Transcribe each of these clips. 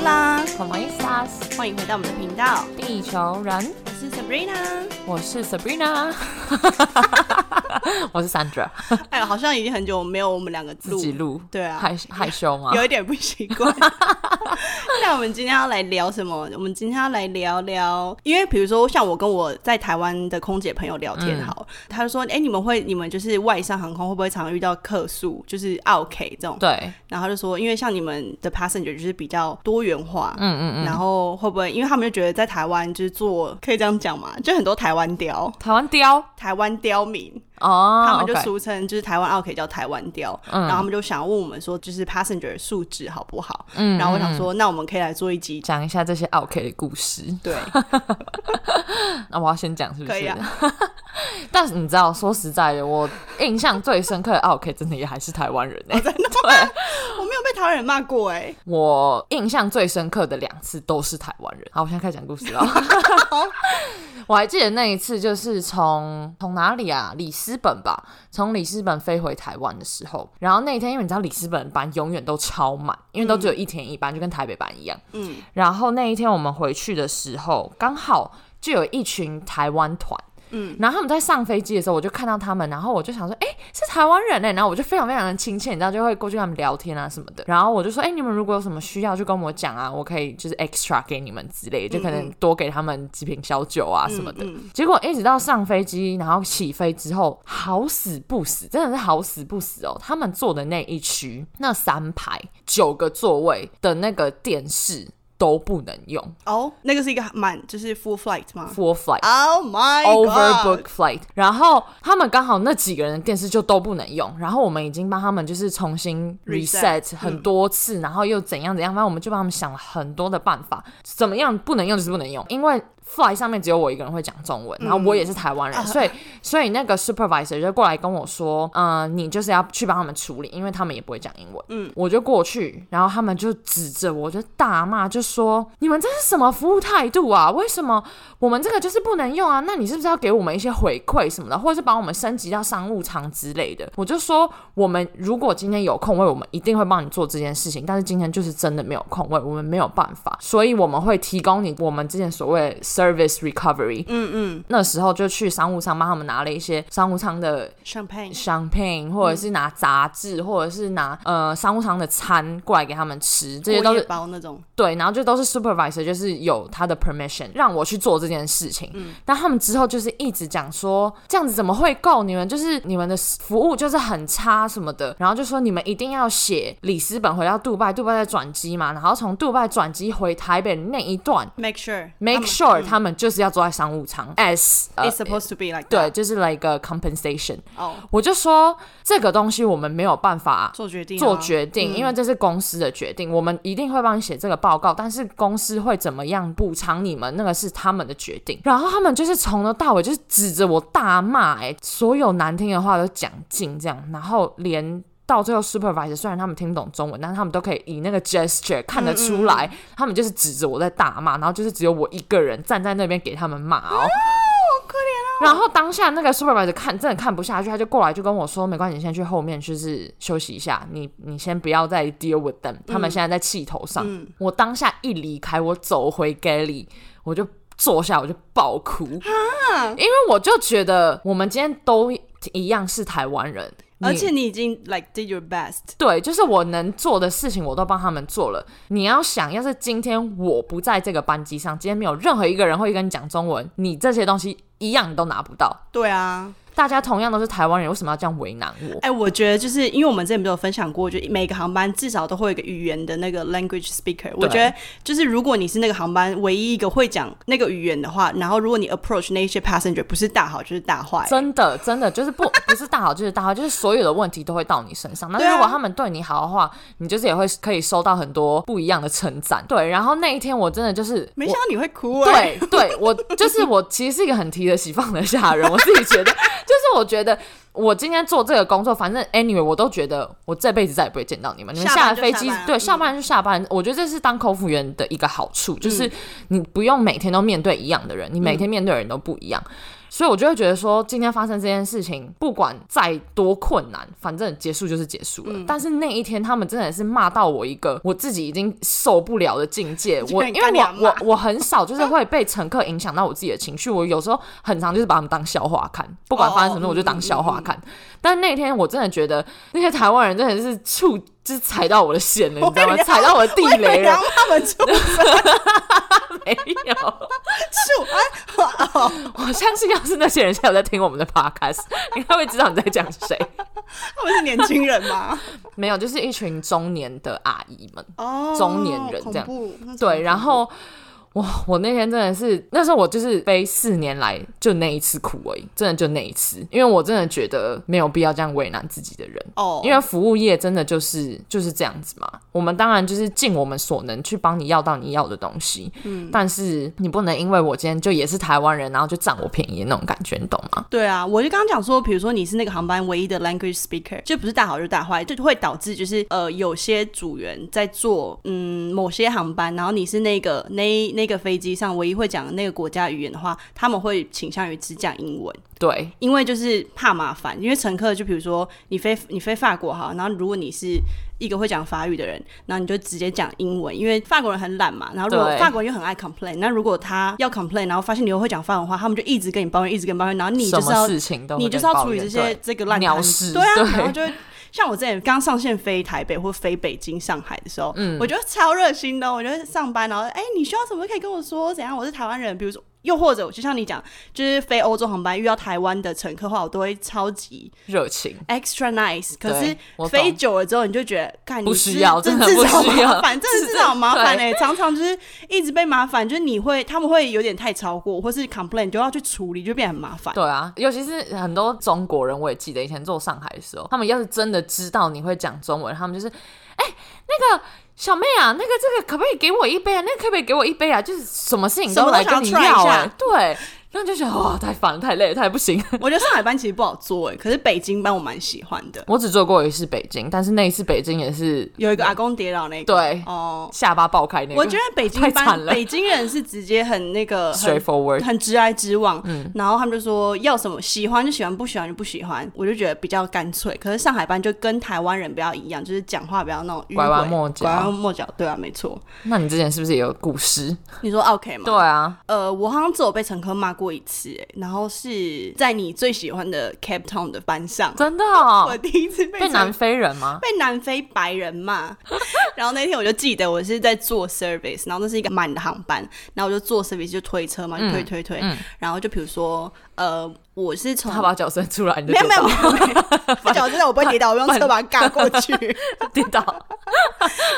Como estas？欢迎回到我们的频道，地球人，我是 Sabrina。我是 Sabrina，我是 Sandra，哎，好像已经很久没有我们两个自录，己录，对啊害害羞吗？有一点不习 惯。那我们今天要来聊什么？我们今天要来聊聊，因为比如说像我跟我在台湾的空姐朋友聊天嗯好，他就说，哎、你们会你们就是外商航空会不会常遇到客诉，就是澳 K 这种？对，然后他就说，因为像你们的 passenger 就是比较多元化，嗯嗯嗯，然后会不会因为他们就觉得在台湾就是做可以这样讲嘛，就很多台湾雕、台湾雕台湾刁民，哦，他们就 OK 嗯俗称就是台湾澳可以叫台湾雕，然后他们就想问我们说，就是 passenger 的素质好不好？嗯然后我想说，那我们可以来做一集， 讲一下这些 OK 的故事。 对，那我要先讲是不可以是啊？ 但是你知道，说实在的，我印象最深刻的 OK 真的也还是台湾人哎、哦欸。我没有被台湾人骂过哎、我印象最深刻的两次都是台湾人。好，我现在开始讲故事了。我还记得那一次，就是从从哪里啊？里斯本吧，从里斯本飞回台湾的时候，然后那一天，因为你知道里斯本班永远都超满，因为都只有一天一班，就跟台北班一样。嗯，然后那一天我们回去的时候，刚好就有一群台湾团。嗯，然后他们在上飞机的时候，我就看到他们，然后我就想说，哎、是台湾人哎、然后我就非常非常的亲切，你知道，就会过去跟他们聊天啊什么的。然后我就说，哎、你们如果有什么需要，就跟我讲啊，我可以就是 extra 给你们之类的，就可能多给他们几瓶小酒嗯啊什么的。结果一直到上飞机，然后起飞之后，好死不死，真的是好死不死哦！他们坐的那一区，那三排九个座位的那个电视都不能用哦，那个是一个满就是 full flight 吗 f u l flight。 ？Oh my Overbook god！ flight，然后他们刚好那几个人的电视就都不能用，然后我们已经帮他们就是重新 Reset，嗯 reset 很多次，然后又怎样怎样，反正我们就帮他们想了很多的办法，怎么样不能用就是不能用，因为 fly 上面只有我一个人会讲中文，然后我也是台湾人，所以所以那个 supervisor 就过来跟我说，嗯、你就是要去帮他们处理，因为他们也不会讲英文，嗯，我就过去，然后他们就指着我就大骂，就说你们这是什么服务态度啊？为什么我们这个就是不能用啊，那你是不是要给我们一些回馈什么的，或者是把我们升级到商务舱之类的？我就说，我们如果今天有空位，我们一定会帮你做这件事情，但是今天就是真的没有空位，我们没有办法，所以我们会提供你我们之前所谓 service recovery。嗯嗯，那时候就去商务舱帮他们拿了一些商务舱的 Champagne， champagne，或者是拿杂志，或者是拿呃商务舱的餐过来给他们吃，这些过都夜是包那种，对，然后就都是 supervisor，就是有他的 permission 让我去做这件事情。嗯但他们之后就是一直讲说，这样子怎么会够？你们就是你们的服务就是很差什么的，然后就说你们一定要写里斯本回到杜拜，杜拜再转机嘛，然后从杜拜转机回台北那一段 Make sure， ，make 他 sure 他们就是要坐在商务舱，as 呃们 It's supposed to be like 对， that 就是 like a compensation。哦，我就说这个东西我们没有办法、做决定啊，做决定，因为这是公司的决定，我们一定会帮你写这个报告，但是公司会怎么样补偿你们，那个是他们的决定。然后他们就是从头到尾就是指着我大骂、哎，所有难听的话都讲尽这样，然后连。到最后，supervisor 虽然他们听不懂中文，但他们都可以以那个 gesture 嗯看得出来，他们就是指着我在大骂，然后就是只有我一个人站在那边给他们骂啊哦。哦然后当下那个 supervisor 看真的看不下去，他就过来就跟我说：“没关系，你先去后面就是休息一下，你你先不要再 deal with 嗯 them，、他们现在在气头上。我当下一离开，我走回 galley，我就坐下，我就爆哭，因啊为我就觉得我们今天都一样是台湾人，而你且你已经 like did your best，对，就是我能做的事情我都帮他们做了。你要想，要是今天我不在这个班机上，今天没有任何一个人会跟你讲中文，你这些东西一样你都拿不到。对啊，大家同样都是台湾人，为什么要这样为难我？哎、我觉得就是因为我们之前不是有分享过，就每个航班至少都会有一个语言的那个 language speaker。我觉得就是如果你是那个航班唯一一个会讲那个语言的话，然后如果你 approach 那些 passenger 不是大好就是大坏，真的，真的就是不不是大好就是大坏，就是所有的问题都会到你身上。但是对啊如果他们对你好的话，你就是也会可以收到很多不一样的称赞。对，然后那一天我真的就是没我想到你会哭哎、对对，我就是我，其实是一个很提得起放得下的人。我自己觉得，就是我觉得我今天做这个工作，反正 anyway 我都觉得我这辈子再也不会见到你们。你们下了飞机下班就下班，对，嗯下班就下班。我觉得这是当空服员的一个好处，嗯就是你不用每天都面对一样的人，你每天面对的人都不一样。所以我就会觉得说，今天发生这件事情，不管再多困难，反正结束就是结束了。嗯但是那一天，他们真的是骂到我一个我自己已经受不了的境界。就我跟你因为干娘我骂我我很少就是会被乘客影响到我自己的情绪，我有时候很常就是把他们当笑话看，不管发生什么事哦我就当笑话看。但那天我真的觉得那些台湾人真的是触，就是踩到我的线了，你知道吗？踩到我的地我以为雷你了要，骂他们出没有。处啊！哦我相信，要是那些人现在有在听我们的 podcast，应该会知道你在讲谁。他们是年轻人吗？ 没有，就是一群中年的阿姨们。哦， 中年人这样恐怖。那种对，然后哇，我那天真的是，那时候我就是背四年来就那一次苦而已，真的就那一次，因为我真的觉得没有必要这样为难自己的人。哦，因为服务业真的就是就是这样子嘛，我们当然就是尽我们所能去帮你要到你要的东西，嗯，但是你不能因为我今天就也是台湾人，然后就占我便宜那种感觉，你懂吗？对啊，我就刚刚讲说，比如说你是那个航班唯一的 language speaker，就不是大好就是大坏，就会导致就是呃有些组员在做嗯某些航班，然后你是那个那那个飞机上唯一会讲那个国家语言的话，他们会倾向于只讲英文。对，因为就是怕麻烦，因为乘客就比如说你飞你飞法国哈，然后如果你是一个会讲法语的人，然后你就直接讲英文，因为法国人很懒嘛，然后如果对法国人又很爱 complain，那如果他要 complain，然后发现你又会讲法文的话，他们就一直跟你抱怨，一直跟你抱怨，然后你什就是么要事情都你会就是跟要抱处理怨这对些这个烂鸟摊事子，对啊，对然后就会。像我之前刚上线飞台北或飞北京、上海的时候，嗯我觉得超热心的哦。我觉得上班，然后哎、你需要什么可以跟我说，怎样？我是台湾人，比如说，又或者就像你讲，就是飞欧洲航班遇到台湾的乘客的话，我都会超级热情。 extra nice。可是对我懂飞久了之后，你就觉得，干，不你需是要这真的至不少需要麻烦，真的是至少麻烦哎、对常常就是一直被麻烦，就是你会他们会有点太超过，或是 complain 你就要去处理，就变得很麻烦。对啊，尤其是很多中国人，我也记得以前做上海的时候，他们要是真的知道你会讲中文，他们就是，哎、那个小妹啊，那个这个可不可以给我一杯啊？那个可不可以给我一杯啊？就是什么事情什么都来跟你想要要、 try 一哎下，对，然后就觉得哇，太烦了，太累了，太不行。 我觉得上海班其实不好做哎、可是北京班我蛮喜欢的，我只做过一次北京，但是那一次北京也是有一个阿公跌倒那个，对哦，下巴爆开那个，我觉得北京太惨班了北京人是直接很那 个很 straightforward。很直来直往，嗯然后他们就说要什么喜欢就喜欢，不喜欢就不喜欢，我就觉得比较干脆。可是上海班就跟台湾人比较一样，就是讲话比较那种迂回拐弯抹角拐弯抹角，对啊，没错。那你之前是不是也有故事？你说 OK 吗？对啊，呃，我好像只有被乘客骂过一次、欸，然后是在你最喜欢的 Cape Town 的班上，真的、哦我，第一次被被乘南非人吗？被南非白人骂。然后那天我就记得我是在做 service，然后那是一个满的航班，然后我就做 service 就推车嘛，就推推推，然后就比如说呃，我是从他把脚伸出来，你就没有跌没有倒没，有，没有他脚真的我不会跌倒，我用车把它嘎过去。跌倒。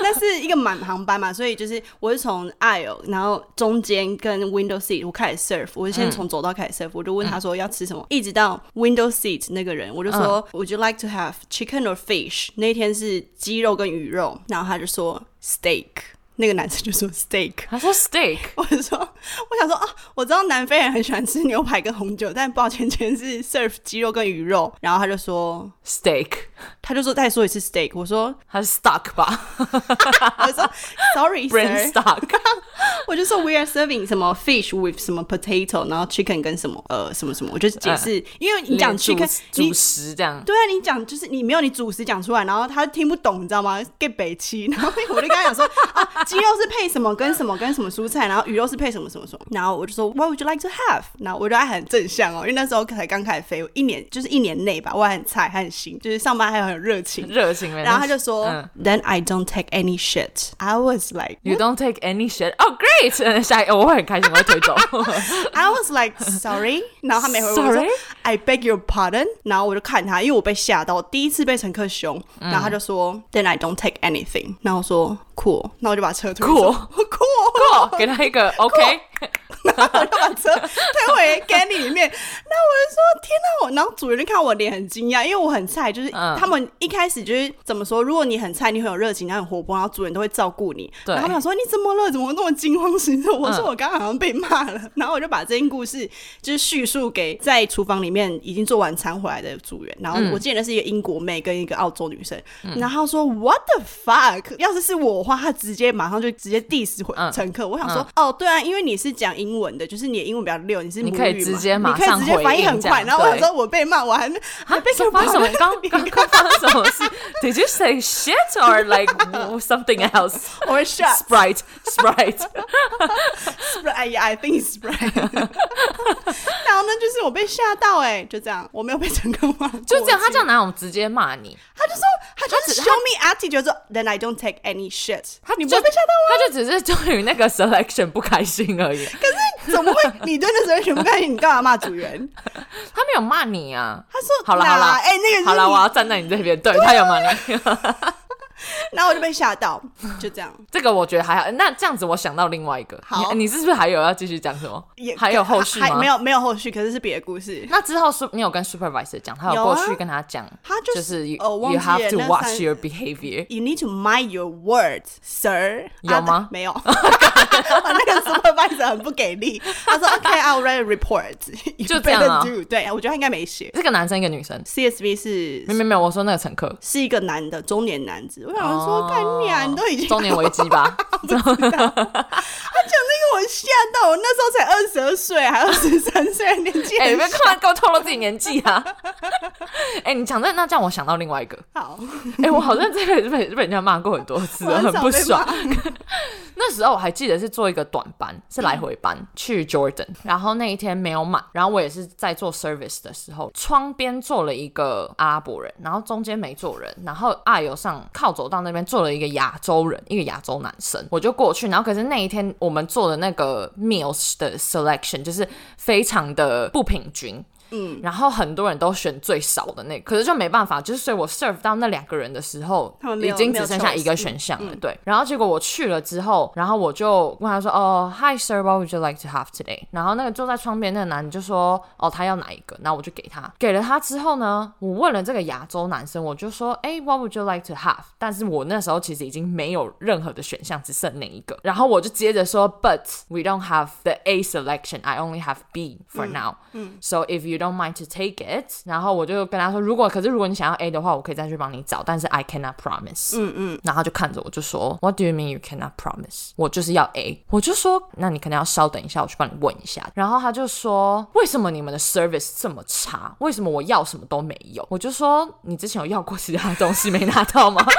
那是一个满航班嘛，所以就是我是从 aisle，然后中间跟 window seat，我开始 serve，我是先从走道开始 serve，、我就问他说要吃什么，一直到 window seat 那个人，我就说、Would you like to have chicken or fish？那一天是鸡肉跟鱼肉，然后他就说 steak，那个男生就说 steak。他说 steak，我就说，我想说啊，我知道南非人很喜欢吃牛排跟红酒，但抱歉，今天是 serve 鸡肉跟鱼肉。然后他就说， steak，他就说再说一次 steak。我说，他是 stuck 吧 我说 sorry ，brain sir， stuck，我就说 we are serving 什么 fish with 什么 potato，然后 chicken 跟什么呃什么什么，我就解释，因 为你讲主 chicken，你嗯主食这样，对啊，你讲就是你没有你主食讲出来，然后他听不懂，你知道吗？get 北七，然后我就跟他讲说啊，鸡肉是配什么跟什么跟什么蔬菜，然后鱼肉是配什么什么什么，然后我就说 What would you like to have？然后我就还很正向哦，因为那时候才刚开始飞，我一年就是一年内吧，我还很菜，还很新，就是上班还很有热情。热情没？然后他就说、嗯 t h e n I don't take any shit. I was like, You don't take any shit. Oh, great！嗯 下一个我会很开心，我会 推走。 I was like sorry，然后他没回我我说 Sorry？ I beg your pardon，然后我就看他，因为我被吓到，第一次被乘客凶，嗯然后他就说、Then I don't take anything，然后我说 Cool，那我就把车推走 Cool 我 cool， 给他一个 OK，然后我就把车推回 g a n 里面，那说天哪！我然后主人就看我脸很惊讶，因为我很菜，就是嗯他们一开始就是怎么说，如果你很菜，你很有热情，然后很活泼，然后主人都会照顾你。对然后他们想说你怎么了？怎么那么惊慌失措？我说嗯我刚刚好像被骂了。 然后我就把这件故事就是叙述给在厨房里面已经做完餐回来的组员。然后嗯我记得是一个英国妹跟一个澳洲女生，然后她说 What the fuck？要是是我的话，她直接马上就直接 diss 回嗯乘客。我想说、哦，对啊，因为你是讲英文的，就是你的英文比较溜，你是你母可以语直嘛接马你可以上直接回反应应很这样快。然后我想对说我被骂，我还没还被什么 发生什么？ 刚刚刚发生什么事？Did you say shit or like something else? 我会 shut Sprite, Sprite. Sprite，I 哎 think Sprite。然后呢，就是我被吓到哎、就这样，我没有被成功骂，就这样，他这样哪有直接骂你？他就说他就是 show me attitude，就说 then I don't take any shit。 他你不就会被吓到吗？他就只是对于那个 selection 不开心而已，怎么会？你对那时候全部开心，你干嘛骂主人？ 他没有骂你啊。他说好了啦好了，哎、那个好了，我了，要站在你这边，对他有骂你， 然后我就被吓到，就这样。这个我觉得还好。那这样子，我想到另外一个，好你你是不是还有要继续讲什么也？还有后续还吗？没。有没有后续，可是是别的故事。那之后是你有跟 supervisor 讲，他有有啊过去跟他讲，他就是是 you 哦忘 you 记 have 了 to 那 watch 三 your behavior。 You need to mind your words, sir。有啊吗 没有，我那个 supervisor 很不给力。他说 OK, I'll write a report. You 就这样啊 better do。对，我觉得他应该没写。是个男生一个女生？ CSV 是没有没有没有，我说那个 乘客。是一个男的中年男子，我想哦说，干你啊，你都已经中年危机 吧？哎那个我吓到，我那时候才二十二岁，还二十三岁，年纪哎、你很别突然给我透露自己年纪啊！ 哎、你讲这那这样，我想到另外一个，好，哎、我好像这个被被人家骂过很多次我了，很很少不被爽。骂。那时候我还记得是做一个短班，是来回班、去 Jordan，然后那一天没有满，然后我也是在做 service 的时候，窗边坐了一个阿拉伯人，然后中间没坐人，然后阿友上靠走道那边坐了一个亚洲人，一个亚洲男生，我就过去，然后可是那一天我们做的那个 meals 的 selection 就是非常的不平均，嗯然后很多人都选最少的那个，可是就没办法，就是所以我 serve 到那两个人的时候他们，没已有经只剩下一个选项了，对。然后结果我去了之后，然后我就问他说：“哦，Hi sir, what would you like to have today？” 然后那个坐在窗边那个男的就说：“哦，他要哪一个？”然后我就给他，给了他之后呢，我问了这个亚洲男生，我就说：“哎，what would you like to have？” 但是我那时候其实已经没有任何的选项，只剩那一个。然后我就接着说：“But we don't have the A selection, I only have B for now、So if you don't mind to take it，然后我就跟他说，如果可是如果你想要 A 的话，我可以再去帮你找，但是 I cannot promise。嗯嗯，然后他就看着我就说，What do you mean you cannot promise？我就是要 A，我就说，那你可能要稍等一下，我去帮你问一下。然后他就说，为什么你们的 service 这么差？为什么我要什么都没有？我就说，你之前有要过其他东西没拿到吗？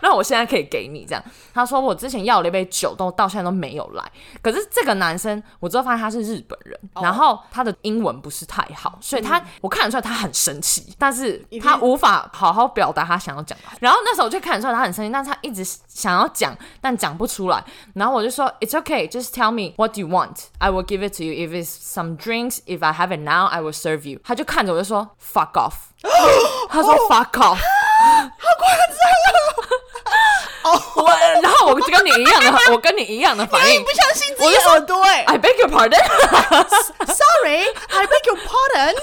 那我现在可以给你这样。他说我之前要了一杯酒，都到现在都没有来。可是这个男生，我之后发现他是日本人，然后他的英文不是太好，所以他、我看得出来他很生气，但是一定他无法好好表达他想要讲的话。然后那时候我就看得出来他很生气，但是他一直想要讲，但讲不出来。然后我就说 It's okay, just tell me what you want, I will give it to you. If it's some drinks, if I have it now, I will serve you. 他就看着我就说 Fuck off，他说 Fuck off。我， 然后我就跟你一样的，我跟哦你一样的反你应不。相信自我己就的说耳 朵哎 I beg your pardon， ，Sorry, I beg your pardon。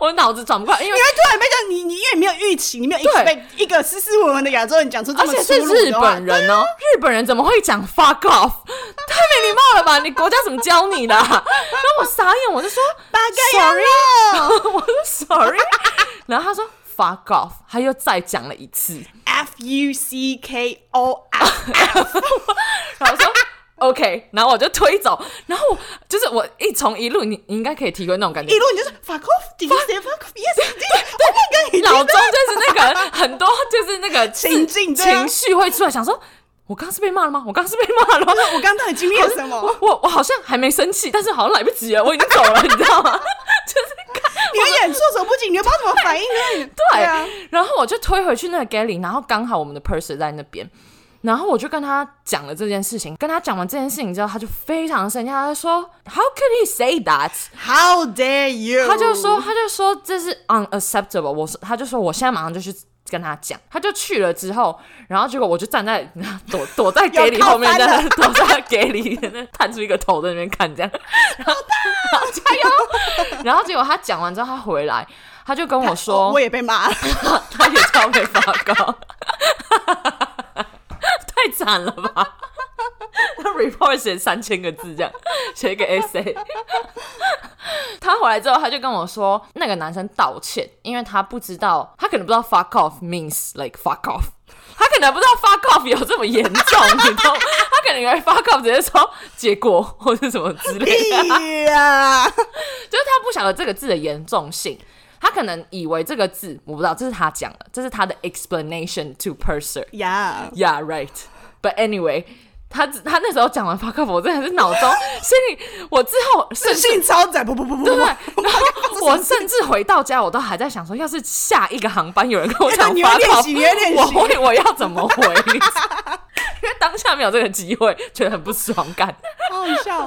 我脑子转不过来，因为因为突然被讲你，你因为你没有预期，你没有 expect 一个斯斯文文的亚洲人讲出这而么且粗是鲁日的话本，人哦，日本人怎么会讲 fuck off？太 没礼貌了吧！你国家怎么教你的啊、 然后我傻眼，我就说八嘎呀 sorry，了 我说 sorry，然后他说 fuck off，他又再讲了一次， ，F U C K O F。然后我 说 OK，然后我就推走，然后我就是我一从一路，你你应该可以体会那种感觉一，路你就是 fuck off，did you say fuck off？Yes，对，Oh 老钟就是那个很多就是那个自情境对啊情绪会出来，想说我刚刚是被骂了吗？我刚刚是被骂 了吗？我刚刚到底经历了什我么？我我好像还没生气，但是好像来不及了，我已经走了，你知道吗？ 就是看你有点措手不及，你又不知道怎么反应呢？对啊，然后我就推回去那个 galley，然后刚好我们的 purser 在那边。然后我就跟他讲了这件事情，跟他讲完这件事情之后，他就非常生气，他就说 “How could he say that？” How dare you？他就说，他就说这是 unacceptable。我说，他就说我现在马上就去跟他讲，他就去了之后，然后结果我就站在 躲躲在有给里靠后面，山在了那 躲在给里那探出一个头在那边看这样，啊然后加 油！然后结果他讲完之后，他回来，他就跟我哦说，我也被 骂了，他也超被发高，太惨了吧？他 report 写三千个字这样，写一个 essay。他回来之后，他就跟我说，那个男生道歉，因为他不知道，他可能不知道 fuck off means like fuck off。他可能不知道 fuck off 有这么严重，你知道吗？他可能以为 fuck off 直接说结果或是什么之类的。屁呀、啊就是他不晓得这个字的严重性，他可能以为这个字，我不知道，这是他讲的，这是他的 explanation to Purser。呀 Yeah, right. But anyway. 他他那时候讲完 fuck off，我真的是脑中心里，我之后甚自至信超载，不不不不不，对，不然后我甚至回到家，我都还在想说，要是下一个航班有人跟 我讲你要发练高，习你要练习我会我要怎么回？因为当下没有这个机会，觉得很不爽感。 好好笑，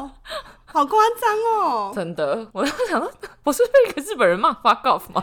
好夸张哦。真的，我就想说，我是被一个日本人骂 fuck off 吗？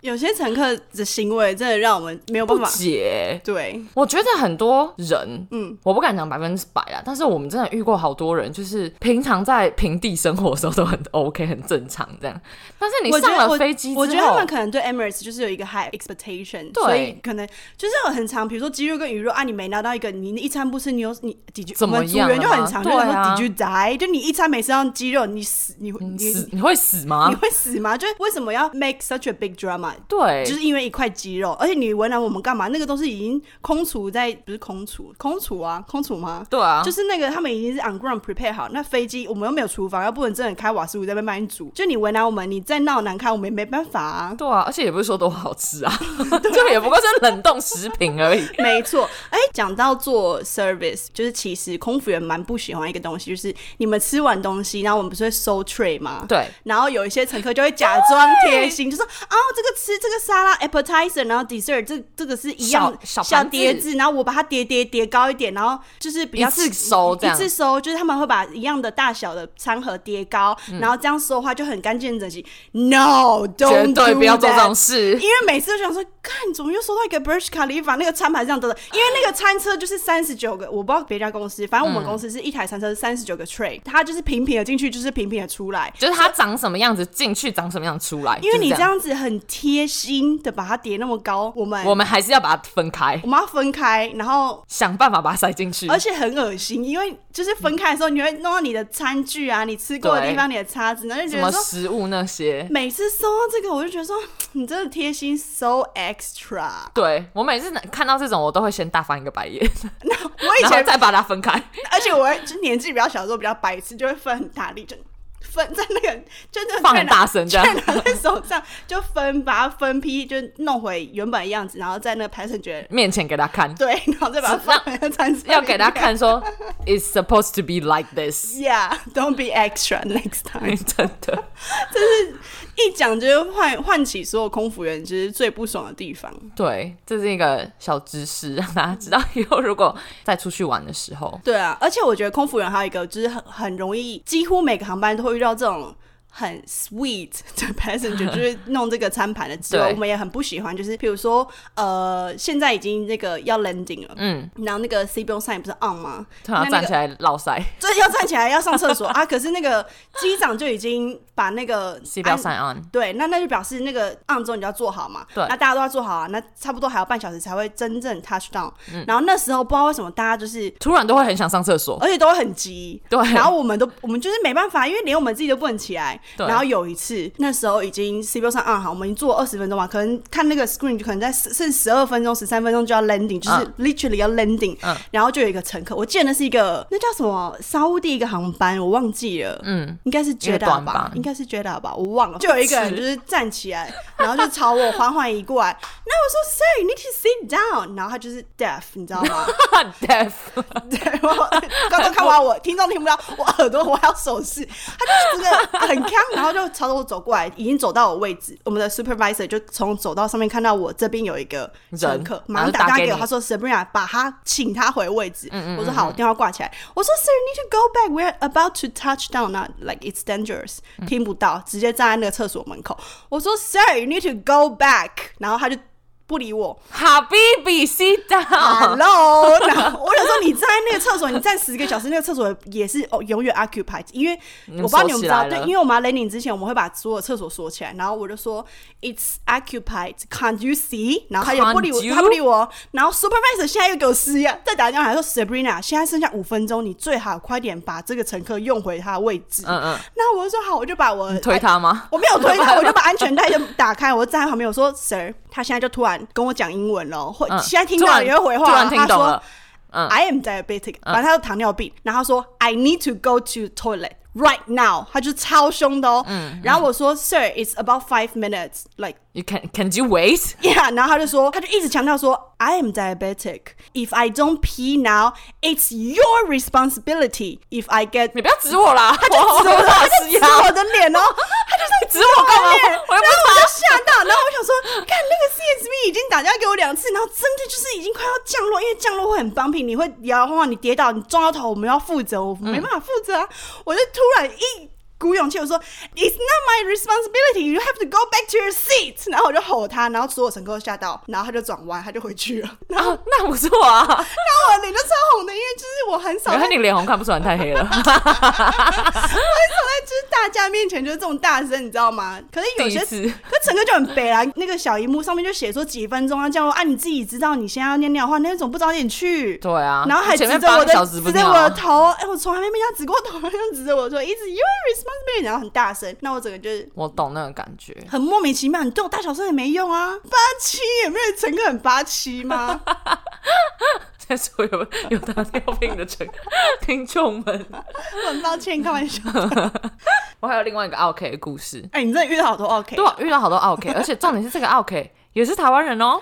有些乘客的行为真的让我们没有办不法。解，对，我觉得很多人，嗯嗯，我不敢讲百分之百啦，但是我们真的遇过好多人，就是平常在平地生活的时候都很 OK，很正常这样。但是你我觉上得了我飞机之我觉得他后们，可能对 Emirates 就是有一个 high expectation，对所以可能就是有很长，比如说鸡肉跟鱼肉啊，你没拿到一个，你一餐不吃，你有你几句，怎么我们组样员就了很吗长，就对是啊说几句宅，就你一餐没吃到鸡肉，你死，你会你你死你你会死吗你？ 会死吗？就是为什么要 make such a big drama？对，就是因为一块鸡肉，而且你为难我们干嘛？那个都是已经空厨在，不是空厨，空厨啊，空厨吗？对啊，就是那个他们已经是 on ground prepare 好，那飞机我们又没有厨房，要不能真的开瓦斯炉在那边帮你煮，就你为难我们，你再闹难看，我们也没办法啊。对啊，而且也不是说多好吃啊， 就也不过是冷冻食品 而已。 没错，哎、讲到做 service，就是其实空服员蛮不喜欢一个东西，就是你们吃完东西，然后我们不是会收 tray 吗？。对，然后有一些乘客就会假装贴心，就说啊、这个吃这个沙拉 appetizer，然后 dessert 这这个是一样小小盘子碟子，然后我把它叠叠叠高一点，然后就是比较一次收这一样次收，就是他们会把一样的大小的餐盒叠高，嗯然后这样收的话就很干净整齐。No，don't 绝对不要 do 做这 that 种事因。为每次都想说，看怎么又收到一个 Burj Khalifa 那个餐盘这样的，因为那个餐车就是三十九个，我不知道别家公司，反正我们嗯公司是一台餐车是三十九个 tray，、它就是平平的进去，就是平平的出来。就是它长什么样子进去，长什么样子出来。因为就是你这这，样子很贴心的把它叠那么高，我们我们还是要把它分开我，们要分开，然后想办法把它塞进去。而且很恶心，因为就是分开的时候，你会弄到你的餐具啊，你吃过的地方，你的叉子，然后就什觉么得说，食物那些，每次收到这个，我就觉得说，你真的贴心，so extra。对我每次看到这种，我都会先大翻一个白眼，那我以然前后再把它分开。 而且我会就年纪比较小的时候比较白痴，就会分很大力，就分在那个 真的放很大声这样拿在手上就分把它分批就弄回原本的样子，然后在那个 passenger 面前给他 看，对，然后再把它放回那餐车要给他看说 it's supposed to be like this。。，Yeah，don't be extra next time 真的，一讲就是唤唤起所有空服员就是最不爽的地方。对，这是一个小知识，让大家知道以后如果再出去玩的时候，对啊，而且我觉得空服员还有一个就是很很容易，几乎每个航班都会遇到这种很 sweet 的 passenger，就是弄这个餐盘的之外，对我们也很不喜欢。就是比如说，呃，现在已经那个要 landing 了，嗯，然后那个 c b o sign 不是 on 吗？突然那那站个起来落塞，就是要站起来要上厕所啊，可是那个机长就已经把那 个系不要安 sign on。对，那那就表示那个 on 之后你就要做好嘛。对那大家都要做好啊，那差不多还有半小时才会真正 touch down、然后那时候不知道为什么大家就是突然都会很想上 厕所，而且都很急。对然后我们都我们就是没办法，因为连我们自己都不能起来。对然后有一次，那时候已经 CPU 上啊按好，我们已经做二十分钟嘛，可能看那个 screen 就可能在十剩十二分钟、十三分钟就要 landing，就是嗯 literally 要 landing、嗯然后就有一个乘客，我记得那是一个那叫什么沙乌地一个航班，我忘记了。嗯，应该是个 Jada 短吧吧，应该是 Jada 吧，我忘了。就有一个人就是站起来，然后就朝我缓缓移过来。那我说 Sir, you need to sit down。然后他就是 deaf，你知道吗？ deaf，对，我刚刚看完我听众听不到，我耳朵我还有手势，他就这个很康，然后就朝着我走过来，已经走到我位置。我们的 supervisor 就从走道上面看到我这边有一个乘客人，马上然后就打打电话给给你嗯我，他说 Sabrina 把他请他回位置。我说好，我电话挂起来。我说 Sir, you need to go back. We're about to touch down. Not like it's dangerous. 嗯听不到，直接站在那个厕所门口。我说 Sir, you need to go back. 然后他就。不理我。哈比比西 达， Hello，然后我想说你在那个厕所，你站十个小时，那个厕所也是哦永远 occupied，因为嗯我不知道你们知道，锁起来对了，因为我们要 landing 之前，我们会把所有厕所锁起来，然后我就说 It's occupied，can't you see？然后他也不理我 Can't you？他不理我，然后 supervisor 现在又给我施压，再打电话来说 Sabrina，现在剩下五分钟，你最好快点把这个乘客用回他的位置。嗯嗯，那我就说好，我就把我推他吗？哎我没有 推他，我就把安全带就打开，我就站在旁边，我说 Sir，他现在就突然跟我讲英文了，或、嗯，现在听突到然也会回话，突然他听懂说了，嗯 I am diabetic，反正他有糖尿病，然后他说 I need to go to toilet right now，他就超凶的哦。嗯然后我说 Sir, it's about five minutes, like ，You can can you wait？ yeah，然后他就说，他就一直强调说 I am diabetic. If I don't pee now, it's your responsibility. If I get 你不要指我啦，他就指我老他就师指呀， 我的脸哦，他就在指我干嘛脸我又然不后我就吓到，然后我想说，看那个 CSB 已经打电话给我两次，然后真的就是已经快要降落，因为降落会很帮平，你会摇摇晃晃，你跌倒，你撞到头，我们要负责，我嗯没办法负责啊，我就突然一。鼓勇气，我说 "It's not my responsibility. You have to go back to your seat." 然后我就吼他，然后所有乘客都吓到，然后他就转弯，他就回去了。然后，啊，那不错啊，然后我脸就超红的，因为就是我很少你在看你脸红看不出来，太 黑了。在就是大家面前就是这种大声，你知道吗？可是有第一些，次可乘客就很悲啦。那个小荧幕上面就写说几分钟啊，这样啊，你自己知道你现在要尿尿的话，那怎么不早点去？对啊，然后还指前面着八我个的小时不指着尿我的啊，头，哎、我从来没被他指过头，他就指着我说一直 your responsibility，然后很大声，那我整个就是我懂那个感觉。很莫名其妙，你对我大小声也没用啊，八七也没有乘客很八七 吗？在所有有糖尿病的乘听众们，我很抱歉，开玩笑。我还有另外一个 OK 的故事。哎、你真的遇到好多 OK，对啊，遇到好多 OK，而且重点是这个 OK 也是台湾人哦，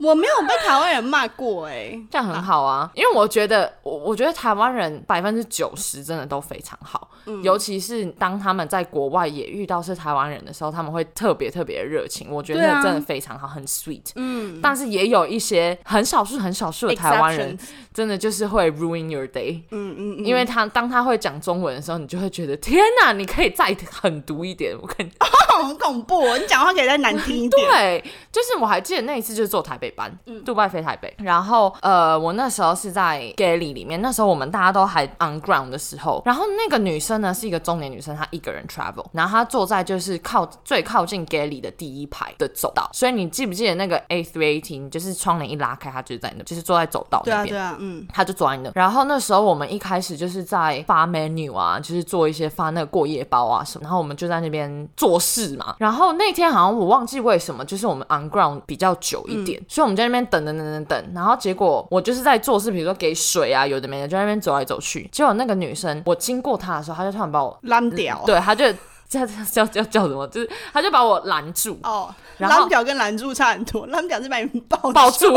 我没有被台湾人骂过哎、这样很好啊。嗯因为我觉得，我我觉得台湾人百分之九十真的都非常好，嗯尤其是当他们在国外也遇到是台湾人的时候，他们会特别特别热情。我觉得对啊真的非常好，很 sweet。嗯，但是也有一些很少数、很少数的台湾人 Exceptions，真的就是会 ruin your day。嗯嗯嗯，因为他当他会讲中文的时候，你就会觉得天哪，你可以再狠毒一点。我跟你好恐怖、哦，你讲话可以再难听一点。对，就是我还记得那一次就是坐台北班，嗯杜拜飞台北，然后呃，我那时候是在 galley 里面，那时候我们大家都还 on ground 的时候，然后那个女生呢是一个中年女生，她一个人 travel，然后她坐在就是靠最靠近 galley 的第一排的走道，所以你记不记得那个 A three eighteen，就是窗帘一拉开，她就在那，就是坐在走道对那啊，边，对啊，嗯，他就转了。然后那时候我们一开始就是在发 menu 啊，就是做一些发那个过夜包啊什么，然后我们就在那边做事嘛。然后那天好像我忘记为什么，就是我们 on ground 比较久一点，所以我们在那边等等等等等。然后结果我就是在做事，比如说给水啊，有的没的，就在那边走来走去。结果那个女生，我经过她的时候，她就突然把我，烂啊屌，对，她就。叫叫叫叫什么？就是她就把我 拦住，哦，然后烂屌跟拦住差很多，烂屌是把你们抱抱抱，住，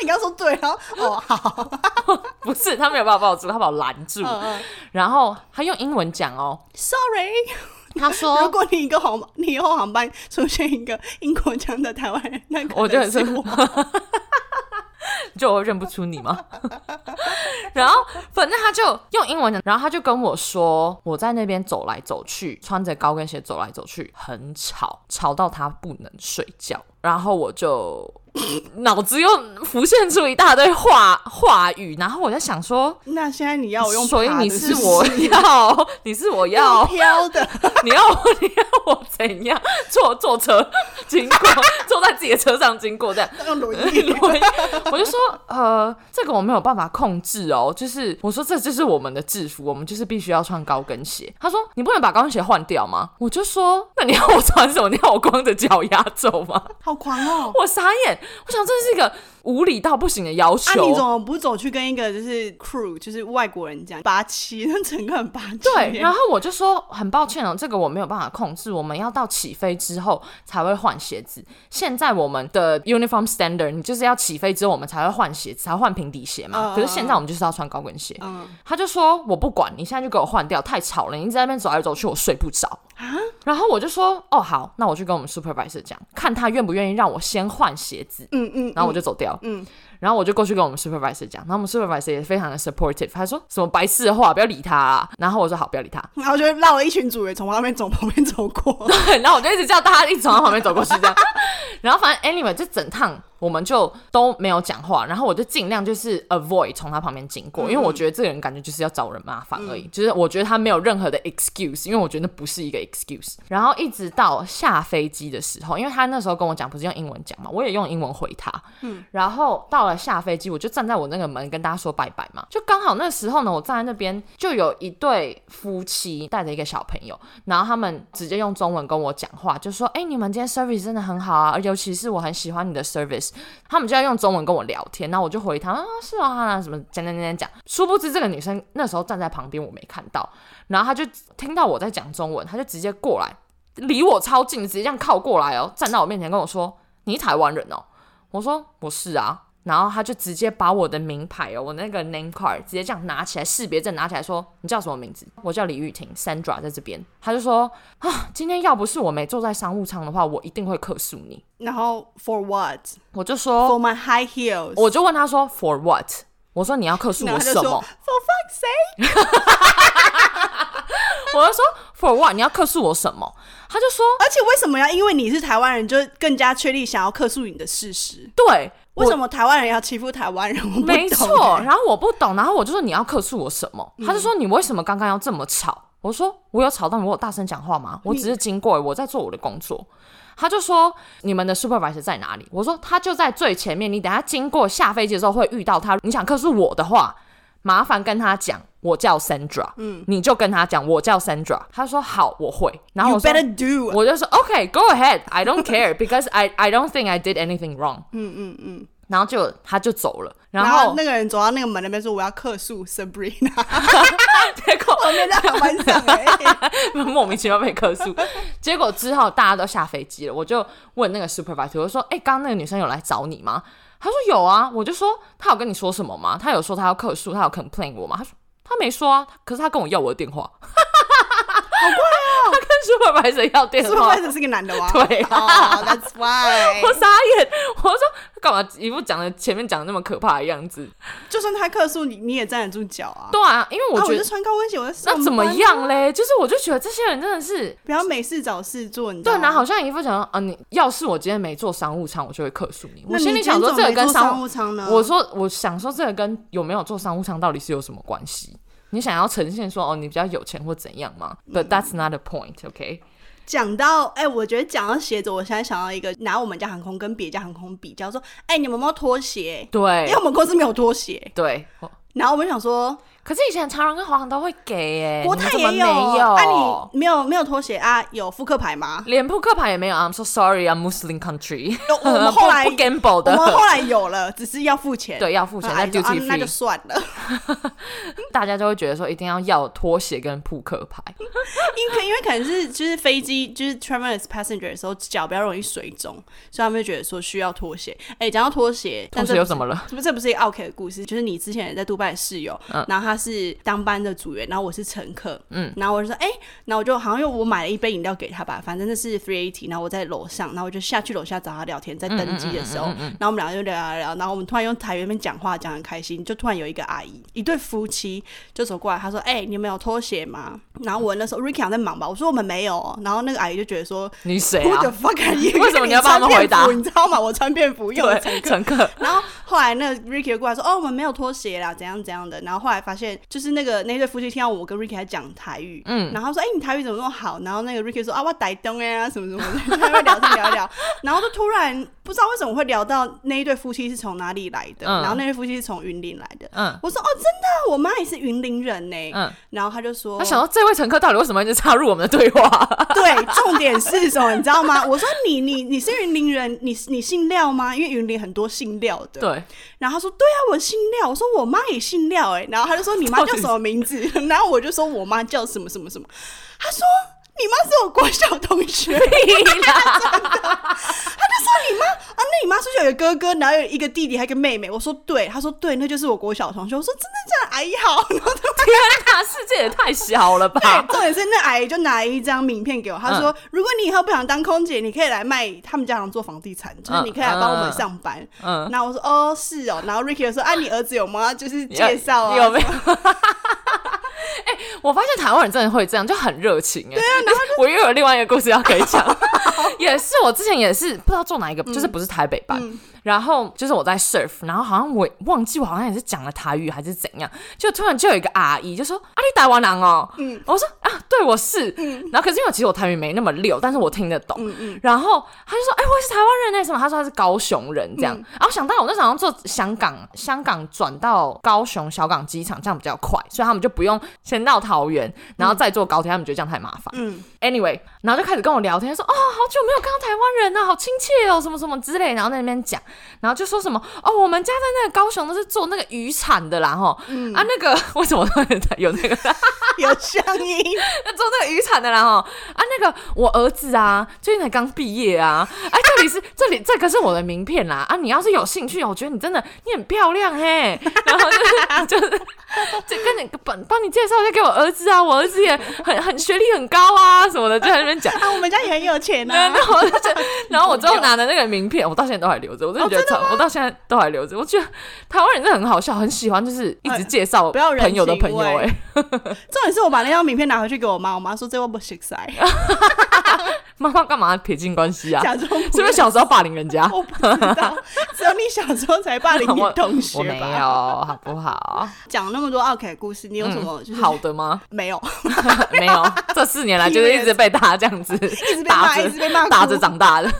你刚说对，然后哦好，不是她没有把我抱住，她把我拦住，嗯嗯然后她用英文讲哦， ，sorry，她如 说果你一个航，你以后航班出现一个英国腔的台湾人，那可我就能很是生我，就我认不出你吗？ 然后反正他就用英文讲，然后他就跟我说，我在那边走来走去，穿着高跟鞋走来走去，很吵，吵到他不能睡觉。然后我就脑子又浮现出一大堆话话语，然后我在想说，那现在你要我用爬所的，以你是是我要，你是我 要要，飘的，你要我， 你要我怎样？坐坐车经过，坐在自己的车上经过这样。，那个轮椅 我我就说，呃，这个我没有办法控制哦，就是我说这就是我们的制服，我们就是必须要穿高跟鞋。他说你不能把高跟鞋换掉吗？我就说那你要我穿什么？你要我光着脚 丫走吗？好狂 哦。我傻眼，我想这是一个无理到不行的要啊，求。哦你怎么不走去跟一个就是 crew，就是外国人讲八七，那整个很八七耶。对，然后我就说很抱歉哦，这个我没有办法控制，我们要到起飞之后才会换鞋子。现在我们的 uniform standard，你就是要起飞之后我们才会换鞋子，才会换平底鞋嗯嘛。可是现在我们就是要穿高跟鞋。嗯他就说我不管，你现在就给我换掉，太吵了，你一直在那边走来走去，我睡不着。啊然后我就说，哦好，那我去跟我们 supervisor 讲，看他愿不愿意让我先换鞋子。嗯嗯，然后我就走掉，嗯，然后我就过去跟我们 supervisor 讲，然后我们 supervisor 也非常的 supportive，他说什么白痴的话不要理他、啊，然后我说好不要理他，然后就绕了一群组员从旁边走 旁边走过， 然后我就一直叫大家一直从他旁边走过去这样。 然后反正 anyway，就整趟我们就都没有讲话，然后我就尽量就是 avoid 从他旁边经过，因为我觉得这个人感觉就是要找人麻烦而已，就是我觉得他没有任何的 excuse，因为我觉得那不是一个 excuse。然后一直到下飞机的时候，因为他那时候跟我讲不是用英文讲嘛，我也用英文回他，然后到了下飞机，我就站在我那个门跟大家说拜拜嘛。就刚好那时候呢，我站在那边就有一对夫妻带着一个小朋友，然后他们直接用中文跟我讲话，就说：“哎、你们今天 service 真的很好啊，尤其是我很喜欢你的 service。”他们就要用中文跟我聊天，那我就回他啊，是啊，什么讲讲讲讲讲。殊不知这个女生那时候站在旁边，我没看到，然后她就听到我在讲中文，她就直接过来，离我超近，直接这样靠过来哦，站到我面前跟我说：“你台湾人哦。”我说我是啊，然后他就直接把我的名牌哦，我那个 name card 直接这样拿起来，识别证拿起来说你叫什么名字？我叫李玉婷，Sandra 在这边。他就说啊，今天要不是我没坐在商务舱的话，我一定会客诉你。然后 for what 我就说， for my high heels，我就问他说 for what？我说你要客诉然我后他什就么说？for fuck sake，我就说 for what？你要客诉我什么？他就说而且为什么要因为你是台湾人就更加确立想要克诉你的事实？对，为我什么台湾人要欺负台湾人？我不懂没错，欸然后我不懂，然后我就说你要克诉我什么？他就说你为什么刚刚要这么吵？我说我有吵到你，我有大声讲话吗？我只是经过，我在做我的工作。他就说你们的 supervisor 在哪里？我说他就在最前面，你等下经过下飞机的时候会遇到他。你想克诉我的话，麻烦跟他讲，我叫 Sandra，嗯，你就跟他讲我叫 Sandra。他说好，我会。然后 You 我说 better do，我就说 OK, go ahead. I don't care because I I don't think I did anything wrong。嗯嗯嗯。然后就他就走了，然然后后那个人走到那个门那边说：“我要克诉 Sabrina。 结果”后面在航班上欸哎，莫名其妙被客 诉。结果之后大家都下飞机了，我就问那个 supervisor，我就说：“哎、刚刚那个女生有来找你吗？”他说：“有啊。”我就说：“她有跟你说什么吗？她有说她要客诉，她有 complain 我吗？”他说：“她没说啊，可是她跟我要我的电话。”好 怪哦！他跟 supervisor 要电 是不话。是是个男的哇？ 对啊哦，That's why 我。傻眼，我说干嘛一副讲的前面讲的那么可怕的样子？就算他克诉你，你也站得住脚啊。对啊，因为我啊我觉得、就穿高跟鞋，我在上班那啊怎么？样嘞？就是我就觉得这些人真的是不要没事找事做，你知对，道然吗？后好像一副想说啊，你要是我今天没做商务舱，我就会克诉你。那我你心里今天想说，怎这么个没跟做商商务，务舱啊呢？我说我想说这个跟有没有做商务舱到底是有什么关系？你想要呈现说哦，你比较有钱或怎样吗？But that's not the point, 嗯 OK？讲到哎、我觉得讲到鞋子，我现在想到一个，拿我们家航空跟别家航空比较，说哎、你们有没有拖鞋？因对为我们公司没有拖鞋，对，我然后我们想说可是以前长荣跟华航都会给耶，国哎你泰们怎么也有，没啊有？你没有没有拖鞋啊？有复刻牌 吗？连扑克牌也没有。I'm so sorry, I'm Muslim country。有我们后来 不不 gamble 我们的，后来有了，只是要付钱，对，要付钱啊在就 duty 啊那就 free。算了， 大家就会觉得说一定要要拖鞋跟扑克牌，因为因为可能是就是飞机就是 travel as passenger 的时候脚比较容易水肿，所以他们就觉得说需要拖鞋。哎、讲到拖鞋，拖但鞋这又不是怎么了？这不这不是一个 OK 的故事，就是你之前也在杜拜的室友，嗯然后他是当班的组员，然后我是乘客，嗯，然后我就说，哎、然后我就好像因为我买了一杯饮料给他吧，反正那是 three eighty，然后我在楼上，然后我就下去楼下找他聊天，在登机的时候，嗯然后我们两个就聊聊聊，然后我们突然用台语那边讲话，讲得很开心，就突然有一个阿姨，一对夫妻就走过来，他说，哎、你们有拖鞋吗？然后我那时候 Ricky 好像在忙吧，我说我们没有哦，然后那个阿姨就觉得说。你谁 Who 啊 the？fuck are you？为什么你要帮他们回答因为你穿便服你知道吗？我穿便服，又有乘对，客，乘客，然后后来那个 Ricky 就过来说：“哦，我们没有拖鞋啦，怎样怎样的。”然后后来发现，就是那个那对夫妻听到我跟 Ricky 在讲台语，嗯，然后说：“哎、你台语怎么那么好？”然后那个 Ricky 说：“啊，我台东哎啊，什么什么的。”他 们聊天聊一聊，然后就突然不知道为什么会聊到那一对夫妻是从哪里来的，嗯然后那对夫妻是从云林来的。嗯我说：“哦，真的，我妈也是云林人呢。”嗯，然后他就说：“他想到这位乘客到底为什么一直插入我们的对话？对，重点是什么？你知道吗？我说你你你是云林人，你你姓廖吗？因为云林很多姓廖的。”对，然后他说：“对啊，我姓廖。”我说：“我妈也姓廖。”哎，然后他就说：“你妈叫什么名字？” 然后我就说：“我妈叫什么什么什么。”他说：“你妈是我国小同学。” 你妈啊，那你妈是不是有一个哥哥，然后有一个弟弟，还有一个妹妹？我说对，他说对，那就是我国小同学。我说真的假的？阿姨好， 然后哪，世界也太小了吧！重点是那阿姨就拿一张名片嗯给我，她说：“如果你以后不想当空姐，你可以来卖他们家好像做房地产，就是你可以来帮我们上班。”嗯，然后我说：“哦，是哦。”然后 Ricky 就说：“啊，你儿子有吗？就是介绍啊。”有没有？ 哎、我发现台湾人真的会这样，就很热情哎、对啊，然后我又有另外一个故事要可以 讲，也是我之前也是不知道做哪一嗯个，就是不是台北班。然后就是我在 surf，然后好像我忘记我好像也是讲了台语还是怎样，就突然就有一个阿姨就说：“啊，你台湾人哦。”嗯，我说：“啊，对，我是。”然后可是因为其实我台语没那么溜，但是我听得懂。然后他就说：“哎、我也是台湾人那什么？”他说他是高雄人这样。然后想到我那时候好像坐香港，香港转到高雄小港机场，这样比较快，所以他们就不用先到桃园，然后再坐高铁，他们觉得这样太麻烦。嗯 Anyway，然后就开始跟我聊天，说哦，好久没有看到台湾人了、好亲切哦，什么什么之类，然后在那边讲，然后就说什么哦，我们家在那个高雄都是做那个渔产的啦，吼、啊，那个 为什么突然有那个 有乡音，做那个渔产的啦，吼啊，那个我儿子啊，最近才刚毕业啊，哎，这里是 这里这个是我的名片啦，啊，你要是有兴趣，我觉得你真的你很漂亮嘿， 然后就是就是 就跟你帮帮你介绍一下给我儿子啊，我儿子也很很学历很高啊什么的，就在那边讲。啊，我们家也很有钱 对，啊。然后我就 觉得，然后我最后拿的那个名片，我到现在都还留着，我哦真的觉得超，我到现在都还留着。我觉得台湾人真的很好笑，很喜欢就是一直介绍哎不要人朋友的情朋友、味哎，重点是我把那张名片拿回去给我妈，我妈说这我不识塞，妈妈干嘛撇清关系啊？假装不 是不是小时候霸凌 人家？我不知 道，只有你小时候才霸凌你我同学我没有，吧？好不好？讲那么多奥凯的故事，你有什么就是嗯好的吗？ 没有？ 没有，这四年来就是一直被大家这 样子被骂打着一直被骂哭打着长大的。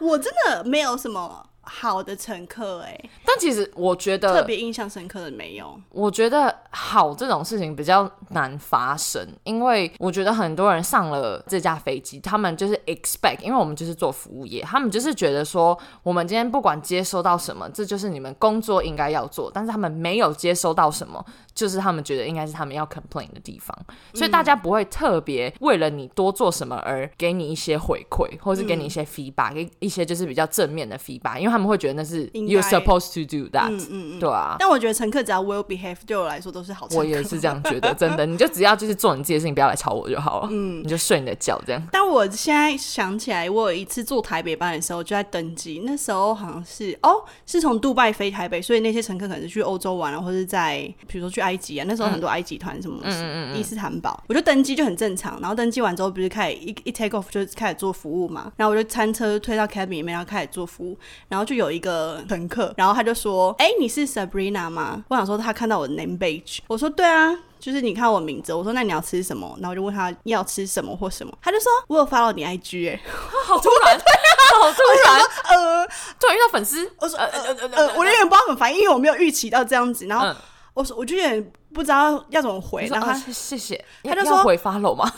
我真的没有什么好的乘客哎、但其实我觉特得，别印象深刻的没有。我觉得好这种事情比较难发生，因为我觉得很多人上了这架飞机，他们就是 expect，因为我们就是做服务业，他们就是觉得说，我们今天不管接收到什么，这就是你们工作应该要做，但是他们没有接收到什么，就是他们觉得应该是他们要 complain 的地方，所以大家不会特别为了你多做什么而给你一些回馈，或是给你一些 feedback，、给一些就是比较正面的 feedback，因为他们会觉得那是应 you're 该 supposed to do that，、嗯嗯嗯。对啊。但我觉得乘客只要 well behave，对我来说都是 好乘我客。也是这样觉得，真的，你就只要就是做你自己的事情，不要来吵我就好了。嗯，你就睡你的觉 这样。但我现在想起来，我有一次坐台北班的时候就在登机，那时候好像是哦，是从杜拜飞台北，所以那些乘客可能是去欧洲玩啊，或是在比如说去埃及啊，那时候很多埃及团什么的伊斯坦堡，我就登机就很正常。然后登机完之后，不是开始一一 take off 就开始做服务嘛，然后我就餐车推到 cabin 里面，然后开始做服务，然后就有一个乘客，嗯然后他就说：“哎、你是 Sabrina 吗？”我想说他看到我的 name page，我说：“对啊。”就是你看我名字，我说那你要吃什么？然后我就问他要吃什么或什么，他就说我有发到你 IG 哎、 好突然，好突然，呃突然遇到粉丝，我说呃呃呃呃，我有点不知道怎么反应，因为我没有预期到这样子，然后嗯我说我就有点不知道要怎么回，你说然后啊，他谢谢谢，他他就就说说回 follow 吗？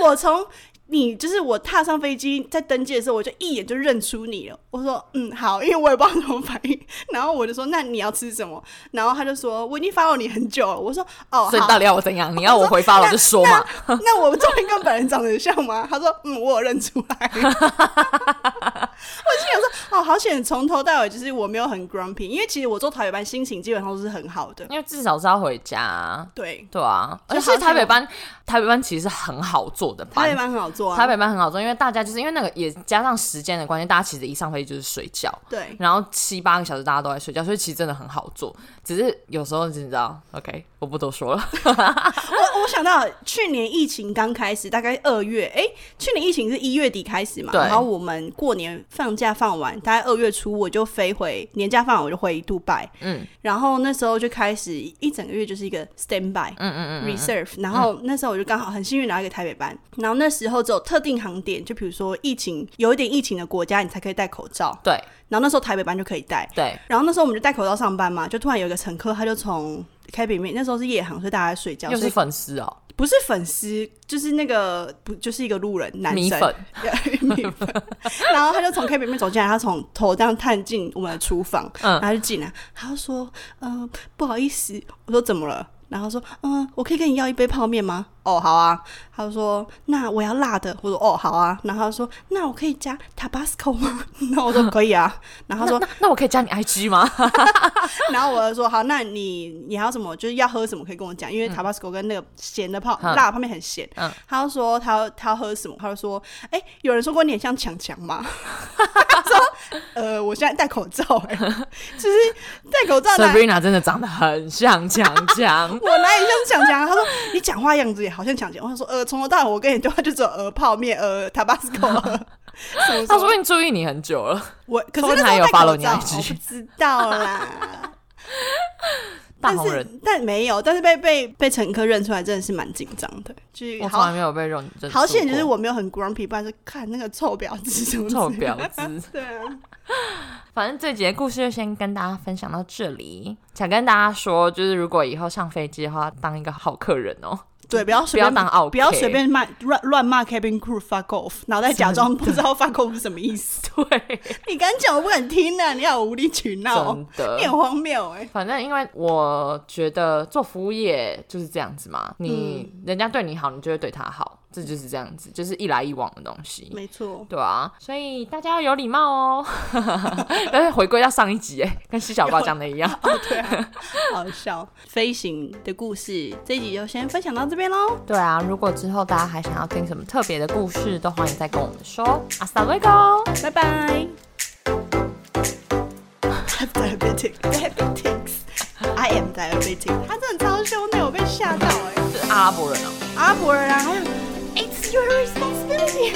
我从你就是我踏上飞机在登机的时候，我就一眼就认出你了。我说嗯好，因为我也不知道怎么反应。然后我就说那你要吃什么？然后他就说我已经 follow 你很久了。我说哦所 以好到，底要我怎样？你要我回 follow 就说嘛。 那我照片跟本人长得像吗？ 他说嗯我有认出来。 我就想说哦好险，从头到尾就是我没有很 grumpy，因为其实我做台语班心情基本上都是很好的。因为至少是要回家啊，对，对啊。就而好且台北像班，台北班其实是很好做的台班北，班很好做啊。台北班很好做，因为大家就是因为那个也加上时间的关系，大家其实一上飞机就是睡觉。对，然后七八个小时大家都在睡觉，所以其实真的很好做，只是有时候你知道，OK，我不多说 了。我我想到去年疫情刚开始，大概二月，哎、去年疫情是一月底开始嘛，对然后我们过年放假放完，大概二月初我就飞回年假放完我就回杜拜，嗯然后那时候就开始一整个月就是一个 stand by，嗯嗯嗯， reserve，然后那时候我就刚好很幸运拿到一个台北班，然后那时候只有特定航点，就比如说疫情有一点疫情的国家，你才可以戴口罩，对然后那时候台北班就可以戴，对，然后那时候我们就戴口罩上班嘛，就突然有一个乘客他就从 cabin 里面，那时候是夜航，所以大家在睡觉，又所以是粉丝哦，不是粉丝，就是那个不就是一个路人男生，米粉， 米粉然后他就从 K 里面走进来，他从头这样探进我们的厨房，呃嗯然后他就进来，他就说：“嗯、不好意思。”我说：“怎么了？”然后说，嗯，我可以跟你要一杯泡面吗？哦，好啊。他就说，那我要辣的。我说，哦，好啊。然后他说，那我可以加 Tabasco 吗？ 然后我说可以啊。然后他说，那那那我可以加你 IG 吗？然后我就说好，那你你要什么，就是要喝什么可以跟我讲，因为 Tabasco 跟那个咸的泡、嗯辣的泡面很咸。嗯他就说他要他要喝什么，他就说，哎、有人说过你很像强强吗？ 他说，呃，我现在戴口罩、哎， 就是戴口罩哪。Sabrina 真的长得很像强强 我哪里像强啊强？他说你讲话样子也好像强强。我想说，呃，从头到尾我跟你对话就只有呃泡面、呃 Tabasco，呃 什么什他说么不。定注意你很久了，我可说不是定那时候他有戴口 follow 你啊罩， IG 我不知道啦。大但红是人，但没有，但是被被被乘客认出来，真的是蛮紧张的。就是我从来好没有被认真。好险，就是我没有很 grumpy，不然就看那个臭婊子什么之臭类的婊子。 对啊，反正这节故事就先跟大家分享到这里，想跟大家说，就是如果以后上飞机的话，当一个好客人哦， 对，不要不随要便当傲，不要随。便骂乱乱骂 cabin crew fuck off，然后再假装不知道 fuck off 是什么意 思。对，你敢讲，我不敢听啊！你好无理取闹，真的你。很荒谬 哎、反正因为我觉得做服务业就是这样子嘛，你、人家对你好，你就会对他好，这就是这样子，就是一来一往的东西。没错， 对啊，所以大家要有礼貌哦。 但是回归到上一集，哎，跟西小豹讲的一样。哦对啊，好笑。飞行的故事这一集就先分享到这边喽， 对啊，如果之后大家还想要听什么特别的故事，都欢迎再跟我们说。阿萨瑞哥，拜拜。diabetic diabetics, I am diabetic。他真的超凶的，我被吓到哎、是阿拉伯人哦。阿伯人啊，还有 It's your responsibility。